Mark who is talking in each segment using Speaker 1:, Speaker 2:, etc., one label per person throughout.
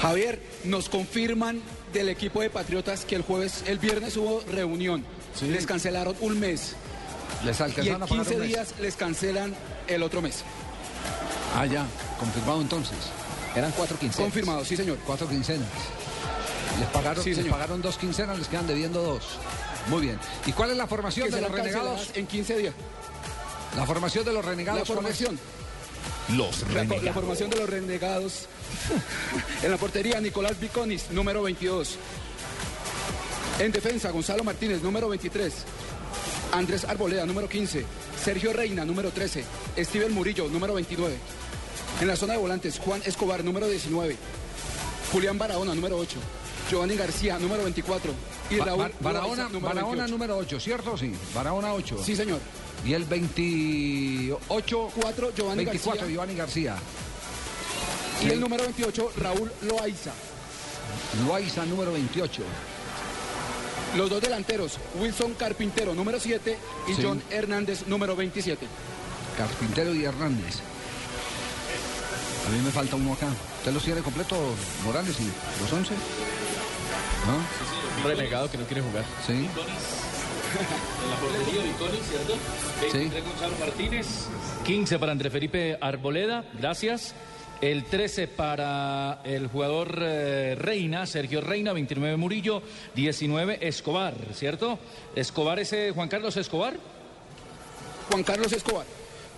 Speaker 1: Javier, nos confirman del equipo de Patriotas que el jueves, el viernes hubo reunión.
Speaker 2: Sí.
Speaker 1: Les cancelaron un mes.
Speaker 2: Les
Speaker 1: Y
Speaker 2: alcanzaron
Speaker 1: en
Speaker 2: a pagar
Speaker 1: 15
Speaker 2: un mes.
Speaker 1: días les cancelan el otro mes.
Speaker 2: Ah, ya, confirmado entonces. Eran cuatro quincenas.
Speaker 1: Confirmado, sí, señor.
Speaker 2: Cuatro quincenas. Les pagaron,
Speaker 1: Sí,
Speaker 2: les
Speaker 1: señor.
Speaker 2: pagaron dos quincenas, les quedan debiendo dos. Muy bien. ¿Y cuál es la formación
Speaker 1: Que
Speaker 2: de los
Speaker 1: serán
Speaker 2: renegados?
Speaker 1: canceladas en 15 días.
Speaker 2: La formación de los
Speaker 1: La
Speaker 2: renegados. ¿cuál es?
Speaker 1: formación,
Speaker 3: Los
Speaker 1: la, co- la
Speaker 3: renegados.
Speaker 1: formación de los renegados. en la portería, Nicolás Viconis, número 22. En defensa, Gonzalo Martínez, número 23. Andrés Arboleda, número 15. Sergio Reina, número 13. Steven Murillo, número 29. En la zona de volantes, Juan Escobar, número 19. Julián Barahona, número 8. Giovanni García, número 24. Y
Speaker 2: Ba-
Speaker 1: Raúl
Speaker 2: Bar- Barahona,
Speaker 1: Loaiza, número
Speaker 2: Barahona
Speaker 1: 28.
Speaker 2: número 8, ¿cierto? Sí, Barahona 8.
Speaker 1: Sí, señor.
Speaker 2: Y el 28,
Speaker 1: Cuatro, Giovanni
Speaker 2: 24,
Speaker 1: García.
Speaker 2: Giovanni García.
Speaker 1: Y
Speaker 2: Sí.
Speaker 1: el número 28, Raúl Loaiza.
Speaker 2: Loaiza número 28.
Speaker 1: Los dos delanteros, Wilson Carpintero, número 7, y
Speaker 2: Sí.
Speaker 1: John Hernández, número 27.
Speaker 2: Carpintero y Hernández. A mí me falta uno acá. ¿Usted los tiene completos, Morales y los 11? ¿Ah?
Speaker 4: Un renegado que no quiere jugar.
Speaker 2: Sí.
Speaker 5: En la portería, Viconi, ¿cierto?
Speaker 2: Sí.
Speaker 5: 23 Gonzalo Martínez.
Speaker 4: 15 para Andrés Felipe Arboleda, gracias. El 13 para el jugador eh, Reina, Sergio Reina, 29 Murillo, 19 Escobar, ¿cierto? Escobar ese Juan Carlos Escobar.
Speaker 1: Juan Carlos Escobar,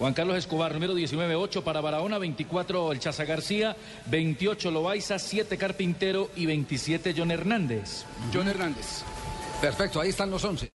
Speaker 4: Juan Carlos Escobar, número 19, 8 para Barahona, 24 El Chaza García, 28 Loaiza, 7 Carpintero y 27 John Hernández.
Speaker 1: John Hernández.
Speaker 2: Perfecto, ahí están los 11.